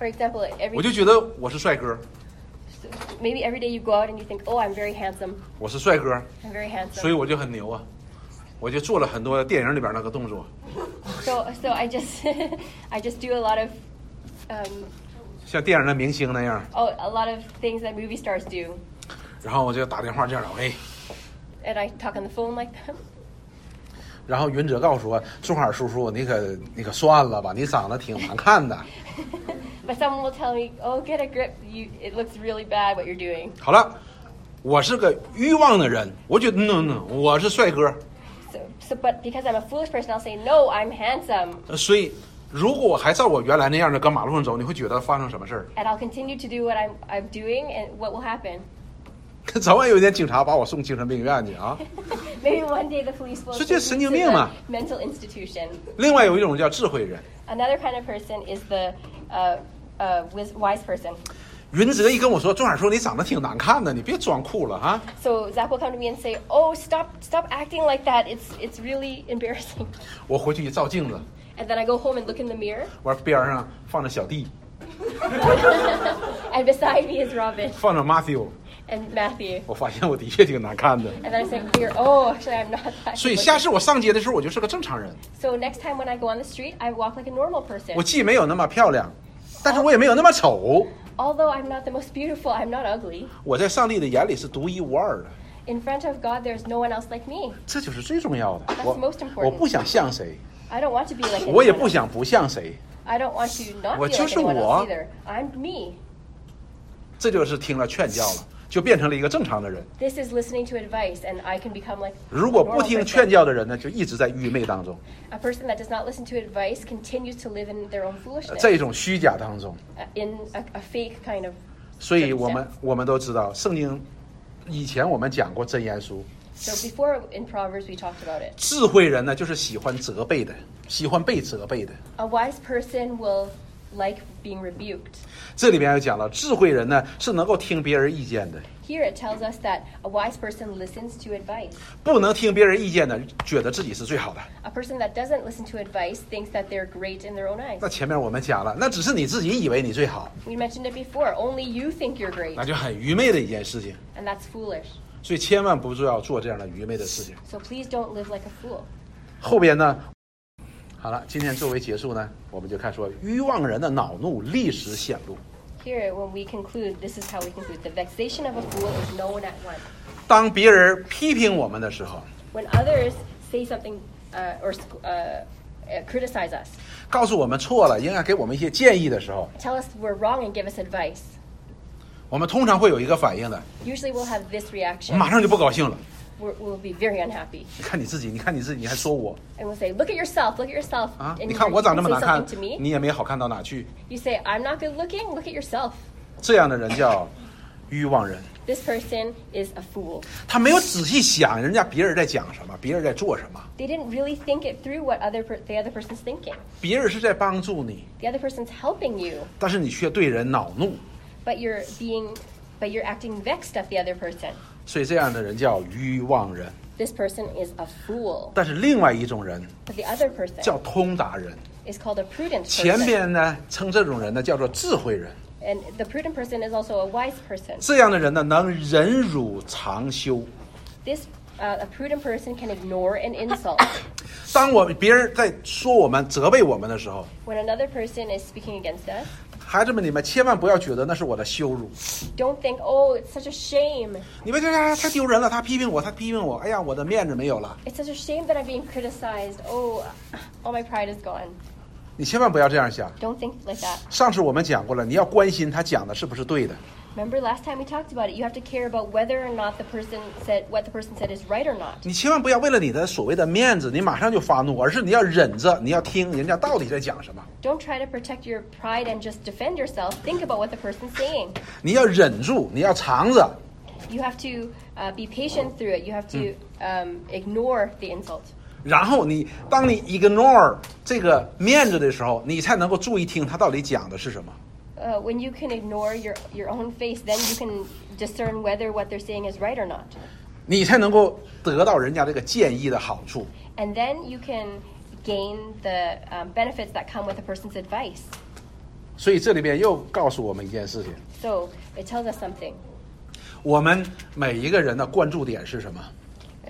B: For example,
A: 我
B: every
A: 就觉得我是帅哥，
B: maybe every day you go out and you think, oh, I'm very handsome.
A: 我是帅哥，
B: I'm very
A: 所以
B: handsome.
A: 我就很牛啊，我就做了很多电影里边那个动作，
B: So, so I just, (laughs) I just do a lot of, um,
A: 像电影的明星那样。
B: oh, a lot of things that movie stars do,
A: 然后我就打电话这样了，喂。
B: and I talk on the phone like them. (laughs)
A: 然后云哲告诉我，钟海叔叔，你可你可算了吧，你长得挺难看的。
B: but someone will tell me, oh, get a grip. You, it looks really bad what you're doing.
A: 好了，我是个欲望的人，我觉得嗯嗯嗯，我是帅哥，
B: So, so, but because I'm a foolish person, I'll say, no, I'm handsome.
A: 呃所以如果我还照我原来那样的搁马路上走，你会觉得发生什么事儿？
B: And I'll continue to do what I'm, I'm doing, and what will happen?
A: (laughs)
B: (laughs)
A: 早晚有一天警察把我送精神病院去啊！
B: Maybe one day the police will
A: 这
B: take
A: 就
B: me
A: 神
B: to
A: 经病嘛
B: the！mental institution.
A: 另外有一种叫智慧人，
B: Another kind of person is the uh, uh, wis- wise person.
A: 云哲一跟我说，钟海叔你长得挺难看的，你别装酷了啊！
B: So Zach will come to me and say, "Oh, stop, stop acting like that. It's it's really (laughs) embarrassing."
A: 我回去一照镜子，
B: And then I go home and look in the mirror,
A: 完边儿上放着小弟，
B: and beside me is Robin
A: 放着 Matthew，
B: and Matthew.
A: 我发现我的确挺难看的。
B: And then I say, "Here, oh, actually, I'm not that."
A: 所以
B: good
A: 下
B: looking."
A: 次我上街的时候，我就是个正常人，
B: So next time when I go on the street, I walk like a normal person.
A: 我既没有那么漂亮，但是我也没有那么丑。
B: Although I'm not the most (laughs) beautiful, I'm not ugly.
A: 我在上帝的眼里是独一无二的，
B: In front of God, there's no one else like me.
A: 这就是最重要的。
B: That's
A: 我
B: most important.
A: 我不想像谁，
B: I don't want to be like anyone.
A: 我也不
B: else.
A: 想不像谁，
B: I don't want to not
A: 我
B: be like
A: 就是
B: anyone
A: 我
B: else either. I'm me.
A: 这就是听了劝教了，就变成了一个正常的人。
B: This is listening to advice, and I can become like
A: 如果
B: a
A: 不
B: normal
A: 听
B: person.
A: 劝教的人呢，就一直在愚昧当中，
B: A person that does not listen to advice continues to live in their
A: 呃
B: own foolishness,
A: 在一种虚假当中。
B: uh, in a, a fake kind of.
A: 所以我们我们都知道，圣经以前我们讲过真言书，
B: So before in Proverbs we talked about it.
A: 智慧人呢就是喜欢责备的，喜欢被责备的。
B: A wise person will like being rebuked.
A: 这里边又讲了，智慧人呢是能够听别人意见的，
B: Here it tells us that a wise person listens to advice.
A: 不能听别人意见的，觉得自己是最好的。
B: A person that doesn't listen to advice thinks that they're great in their own eyes.
A: 那前面我们讲了，那只是你自己以为你最好，
B: We mentioned it before. Only you think you're great,
A: 那就很愚昧的一件事情。
B: and that's foolish.
A: 所以千万不是要做这样的愚昧的事情。
B: So please don't live like a fool.
A: 后边呢，好了，今天作为结束呢，我们就看说愚妄人的恼怒立时显露。
B: Here, when we conclude, this is how we conclude. The vexation of a fool is known at once.
A: 当别人批评我们的时候，
B: When others say something uh, or uh, uh, criticize us,
A: 告诉我们错了，应该给我们一些建议的时候，
B: tell us we're wrong and give us advice,
A: 我们通常会有一个反应的，
B: usually we'll have this
A: 我
B: reaction.
A: 马上就不高兴了。
B: We're, we'll be very unhappy.
A: 你看你自己，你看你自己，你还说我
B: And we'll say, Look at yourself, look at yourself.
A: 啊？
B: And
A: 你
B: you,
A: 看我
B: you
A: 长那
B: say
A: 么难
B: something
A: 看
B: to，me.
A: 你也没好看到哪去。
B: You say, I'm not good looking, look at yourself.
A: 这样的人叫欲望人。
B: This person is a fool.
A: 他没有仔细想人家别人在讲什么，别人在做什么，
B: They didn't really think it through what other per- the other person's thinking.
A: 别人是在帮助你，
B: The other person's helping you,
A: 但是你却对人恼怒，
B: but you're being, but you're acting vexed at the other person.
A: 所以这样的人叫愚妄人。
B: This person is a fool.
A: 但是另外一种人
B: But the other person
A: 叫通达人，
B: is called a prudent
A: 前
B: person.
A: 边呢称这种人呢叫做智慧人。
B: And the prudent person is also a wise person.
A: 这样的人呢能忍辱常修。
B: This uh, a prudent person can ignore an insult.
A: 当我别人在说我们、责备我们的时候，
B: when another person is speaking against us,
A: 孩子们你们千万不要觉得那是我的羞辱。
B: don't think, "Oh, it's such a shame.
A: 你们这这太丢人了，他批评我，他批评我，哎呀，我的面子没有了。
B: It's such a shame that I'm being criticized. Oh, all my pride is gone."
A: 你千万不要这样想。
B: Don't think like that.
A: 上次我们讲过了，你要关心他讲的是不是对的。
B: Remember last time we talked about it. You have to care about whether or not the person said what the person said is right or not.
A: 你千万不要为了你的所谓的面子，你马上就发怒，而是你要忍着，你要听人家到底在讲什么，
B: Don't try to protect your pride and just defend yourself. Think about what the person's saying.
A: 你要忍住，你要藏着，
B: You have to uh, be patient through it. You have to um, ignore the insult.
A: 然后你当你 ignore 这个面子的时候，你才能够注意听他到底讲的是什么。
B: Uh, when you can ignore your, your own face, then you can discern whether what they're saying is right or not.
A: 你才能够得到人家这个建议的好处。
B: And then you can gain the um, benefits that come with a person's advice.
A: 所以这里边又告诉我们一件事情：
B: So it tells us something.
A: 我们每一个人的关注点是什么？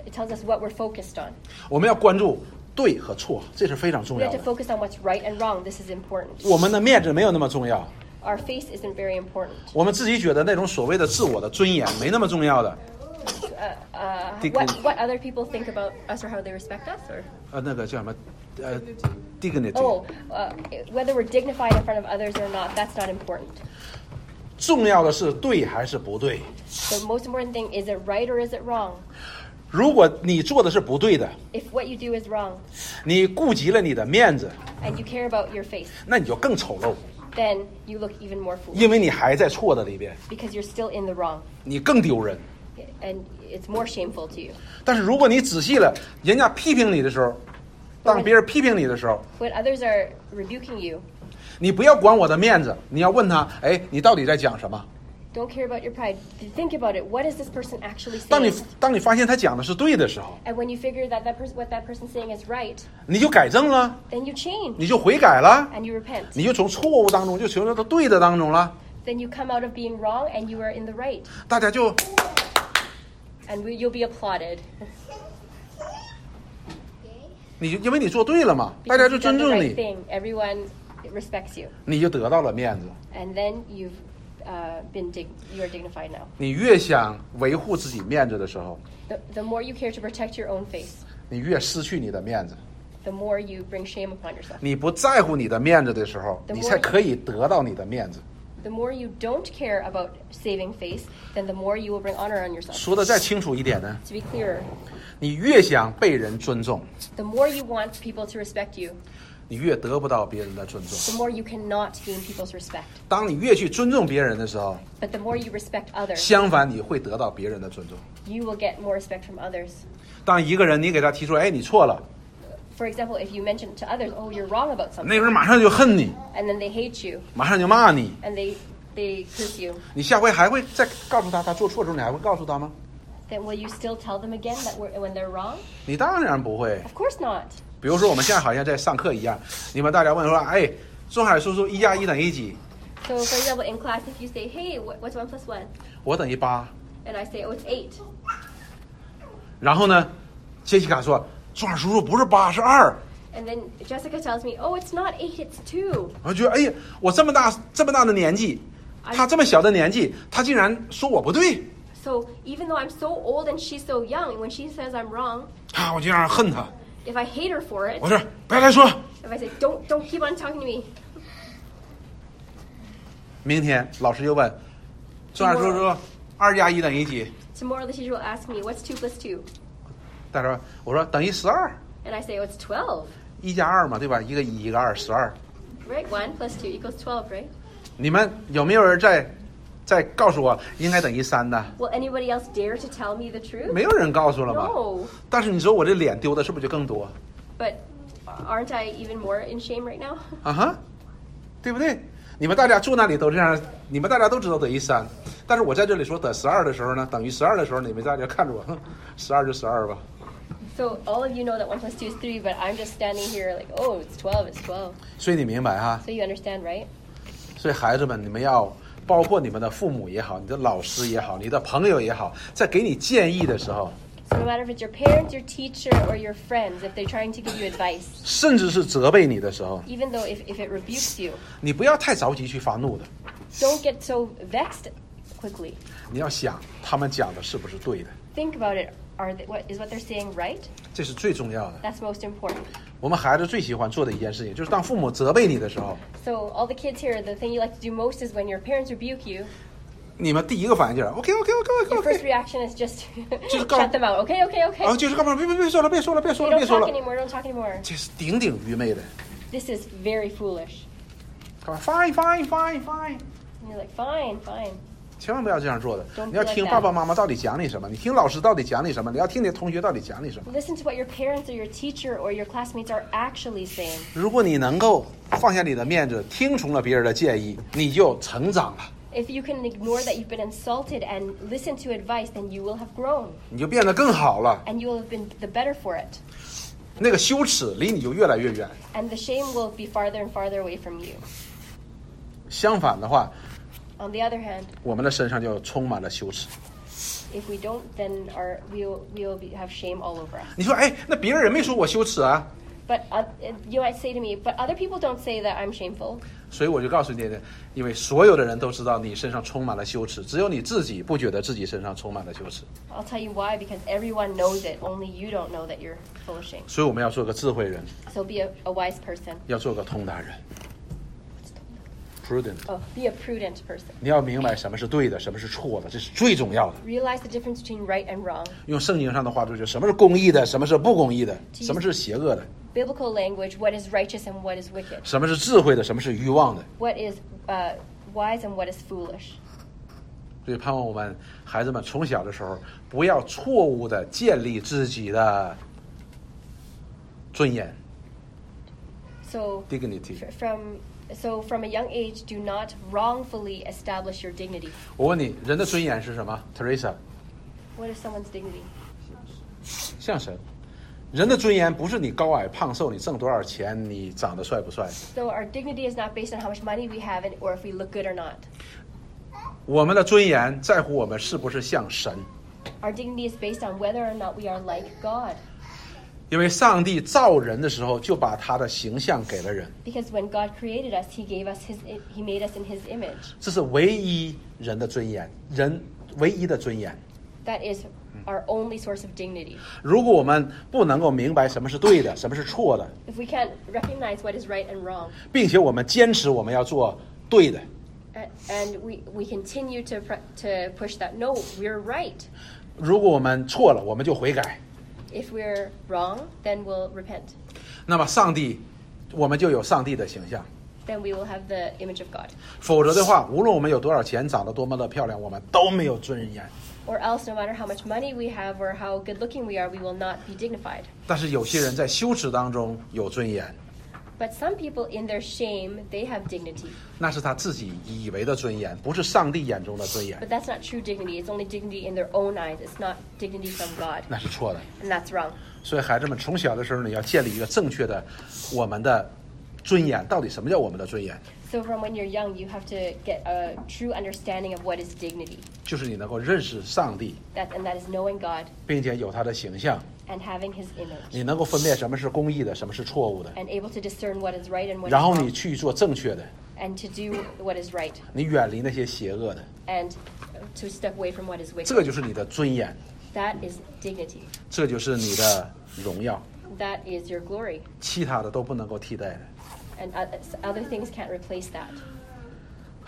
B: It tells us what we're focused on.
A: 我们要关注对和错，这是非常重
B: We
A: 要
B: have to
A: 的。
B: focus on what's right and wrong. This is important.
A: 我们的面子没有那么重要，
B: Our face isn't very important.
A: 我们自己觉得那种所谓的自我的尊严没那么重要的，
B: Uh, uh,
A: Think-
B: what, what other people think about us or how they respect us or
A: 呃，那个叫什么，呃，dignity，
B: oh uh, whether we're dignified in front of others or not that's not important
A: 重要的是对还是不对。
B: the most important thing is it right or is it wrong
A: 如果你做的是不对的，
B: if what you do is wrong
A: 你顾及了你的面子，
B: and you care about your face
A: 那你就更丑陋，
B: then you look even more foolish
A: 因为你还在错的里边，
B: because you're still in the wrong
A: 你更丢人。
B: and it's more shameful to you
A: 但是如果你仔细了，人家批评你的时候，当别人批评你的时候，
B: when others are rebuking you
A: 你不要管我的面子，你要问他，哎，你到底在讲什么？
B: don't care about your pride think about it what is this person actually
A: 当你
B: saying
A: 当你发现他讲的是对的时候，
B: and when you figure that, that pers- what that person's saying is right
A: 你就改正了，
B: then you change
A: 你就悔改了，
B: and you repent
A: 你就从错误当中就求到对的当中了，
B: then you come out of being wrong and you are in the right
A: 大家就
B: and we, you'll be applauded
A: 你就因为你做对了嘛，大
B: because
A: 家
B: you've
A: 就尊
B: done the
A: 重
B: right
A: 你，
B: thing everyone respects you
A: 你就得到了面子。
B: and then you've uh, been dig- you're dignified now
A: 你越想维护自己面子的时候，
B: the, the more you care to protect your own face
A: 你越失去你的面子。
B: the more you bring shame upon yourself
A: 你不在乎你的面子的时候，
B: The
A: 你
B: more-
A: 才可以得到你的面子。
B: the more you don't care about saving face then the more you will bring honor on yourself
A: 说的再清楚一点呢，
B: to be clearer
A: 你越想被人尊重，
B: the more you want people to respect you
A: 你越得不到别人的尊重。
B: the more you cannot gain people's respect
A: 当你越去尊重别人的时候，
B: but the more you respect others
A: 相反你会得到别人的尊重。
B: you will get more respect from others
A: 当一个人你给他提出，哎，你错了，
B: for example if you mention to others oh you're wrong about something
A: 那个人马上就恨你，
B: and then they hate you
A: 马上就骂你。
B: and they they curse you,
A: 你下回还会再告诉他他做错的时候，你还会告诉他吗？
B: then will you still tell them again that we're, when they're wrong?
A: 你当然不会。
B: Of course not.
A: 比如说我们现在好像在上课一样，你们大家问说，哎，钟海叔叔一加一等于几？
B: So, for example, in class, if you say, "Hey, wh- what's one plus one?"
A: 我等于八。
B: and I say, "Oh, it's 8.
A: 然后呢，杰西卡说，钟海叔叔不是八是二。
B: and then Jessica tells me, "Oh, it's not eight, it's two.
A: 我就觉得，哎呀，我这么大这么大的年纪，他这么小的年纪，他竟然说我不对
B: So even though I'm so old and she's so young, when she says I'm wrong,
A: 啊！我就让人恨他。
B: if I hate her for it,
A: 我说不要再说，
B: if I say, "Don't, don't keep on talking to me,"
A: 明天老师就问，钟海叔叔，二加一等于几？
B: tomorrow the teacher will ask me, "What's two plus two?
A: 他说，我说等于十二，
B: and I say, "Oh, it's 12.
A: 一加二嘛，对吧？一个一，一个二，十二。
B: Right? One plus two equals 12, right?
A: 你们有没有人在在告诉我应该等于三呢？
B: Will anybody else dare to tell me the truth?
A: 没有人告诉了吗
B: No.
A: 但是你说我这脸丢的是不是就更多？
B: But aren't I even more in shame right now? (laughs)
A: 啊哈，对不对？你们大家住那里都这样，你们大家都知道等于三，啊但是我在这里说等十二的时候呢，等于十二的时候，你们大家看着我，哼，十二就十二吧。
B: So all of you know that 1 plus 2 is 3, but I'm just standing here like, oh, it's 12, it's 12.
A: 所以你明白哈、
B: So you understand, right?
A: 所以孩子们，你们要包括你们的父母也好，你的老师也好，你的朋友也好，在给你建议的时候，
B: So no matter if it's your parents, your teacher, or your friends, if they're trying to give you advice,
A: 甚至是责备你的时候，
B: even though if, if it rebukes you,
A: 你不要太着急去发怒的，
B: don't get so vexed quickly.
A: 你要想他们讲的是不是对的，
B: Think about it. Are they, what, is what they're saying right?
A: 这是最重要的。
B: That's most important.
A: 我们孩子最喜欢做的一件事情，就是当父母责备你的时候，
B: So all the kids here, the thing you like to do most is when your parents rebuke you,
A: 你们第一个反应就是 OK OK OK
B: your
A: OK
B: first
A: OK，
B: reaction is just (laughs)
A: Just go.
B: shut them out. Okay, okay, okay.
A: 然后哦就是干嘛？别别别说了，别说了，别说
B: You
A: 了，别
B: don't
A: 说
B: talk
A: 了，
B: anymore, don't talk anymore.
A: 这是顶顶愚昧的。
B: This is very foolish.
A: 干嘛？Fine fine fine fine，
B: And you're like, fine, fine.
A: 千万不要这样做的
B: Don't。be
A: 你要听
B: like that.
A: 爸爸妈妈到底讲你什么，你听老师到底讲你什么，你要听你的同学到底讲你什么。
B: Listen to what your parents or your teacher or your classmates are actually saying.
A: 如果你能够放下你的面子，听从了别人的建议，你就成长了，
B: If you can ignore that you've been insulted and listen to advice, then you will have grown
A: 你就变得更好了。
B: and you will have been the better for it.
A: 那个羞耻离你就越来越远。
B: And the shame will be farther and farther away from you.
A: 相反的话，
B: On the other hand,
A: 我们的身上就充满了羞耻。
B: if we don't, then our, we'll, we'll be, have shame all over us.
A: 你说，哎，那别人也没说我羞耻啊，
B: But uh, you might say to me, but other people don't say that I'm shameful.
A: 所以我就告诉你的，因为所有的人都知道你身上充满了羞耻，只有你自己不觉得自己身上充满了羞耻。
B: I'll tell you why, because everyone knows it, only you don't know that you're full of shame.
A: 所以我们要做个智慧人，
B: So be a, a wise person.
A: 要做个通达人，prudent。
B: Oh, be a prudent person.
A: 你要明白什么是对的，什么是错的，这是最重要的。
B: Realize the difference between right and wrong.
A: 用圣经上的话就是什么是公义的，什么是不公义的，什么是邪恶的，
B: Biblical language, what is righteous and what is wicked.
A: 什么是智慧的，什么是欲望的。
B: What is uh, wise and what is foolish.
A: 所以盼望我们孩子们从小的时候不要错误的建立自己的尊严
B: So
A: （dignity）。
B: fr- from so from a young age, do not wrongfully establish your dignity.
A: 我问你，人的尊严是什么？Teresa，
B: What is someone's dignity?
A: 像神。人的尊严不是你高矮胖瘦，你挣多少钱，你长得帅不帅。
B: So our dignity is not based on how much money we have and, or if we look good or not.
A: 我们的尊严在乎我们是不是像神，
B: Our dignity is based on whether or not we are like God.
A: 因为上帝造人的时候就把他的形象给了人，
B: Because when God created us, He gave us His i- He made us in His image.
A: 这是唯一人的尊严，人唯一的尊严。
B: That is our only source of dignity.
A: 如果我们不能够明白什么是对的，什么是错的，
B: If we can't recognize what is right and wrong,
A: 并且我们坚持我们要做对的，
B: a- and we, we continue to pre- to push that no, we're right.
A: 如果我们错了，我们就悔改，
B: If we're wrong, then we'll repent.
A: 那么上帝，我们就有上帝的形象。
B: Then we will have the image of God.
A: 否则的话，无论我们有多少钱，长得多么的漂亮，我们都没有尊严。
B: Or else, no matter how much money we have or how good looking we are, we will not be dignified.
A: 但是有些人在羞耻当中有尊严，
B: But some people, in their shame, they have dignity.
A: 那是他自己以为的尊严，不是上帝眼中的尊严
B: But，that's not true dignity. It's only dignity in their own eyes. It's not dignity from God.
A: 那是错的。
B: And that's wrong.
A: 所以孩子们从小的时候呢，要建立一个正确的我们的尊严。到底什么叫我们的尊严？
B: So, from when you're young, you have to get a true understanding of what is dignity.
A: 就是你能够认识上帝，
B: That, and that is knowing God
A: 并且有他的形象，
B: and having His image
A: 你能够分辨什么是公义的，什么是错误的，
B: and able to discern what is right and what is
A: 然后你
B: wrong
A: 去做正确的，
B: and to do what is right
A: 你远离那些邪恶的，
B: and to step away from what is
A: 这
B: wicked.
A: 个就是你的尊严，
B: That is dignity.
A: 这就是你的荣耀，
B: That is your glory.
A: 其他的都不能够替代的。
B: And oth- other things can't replace that.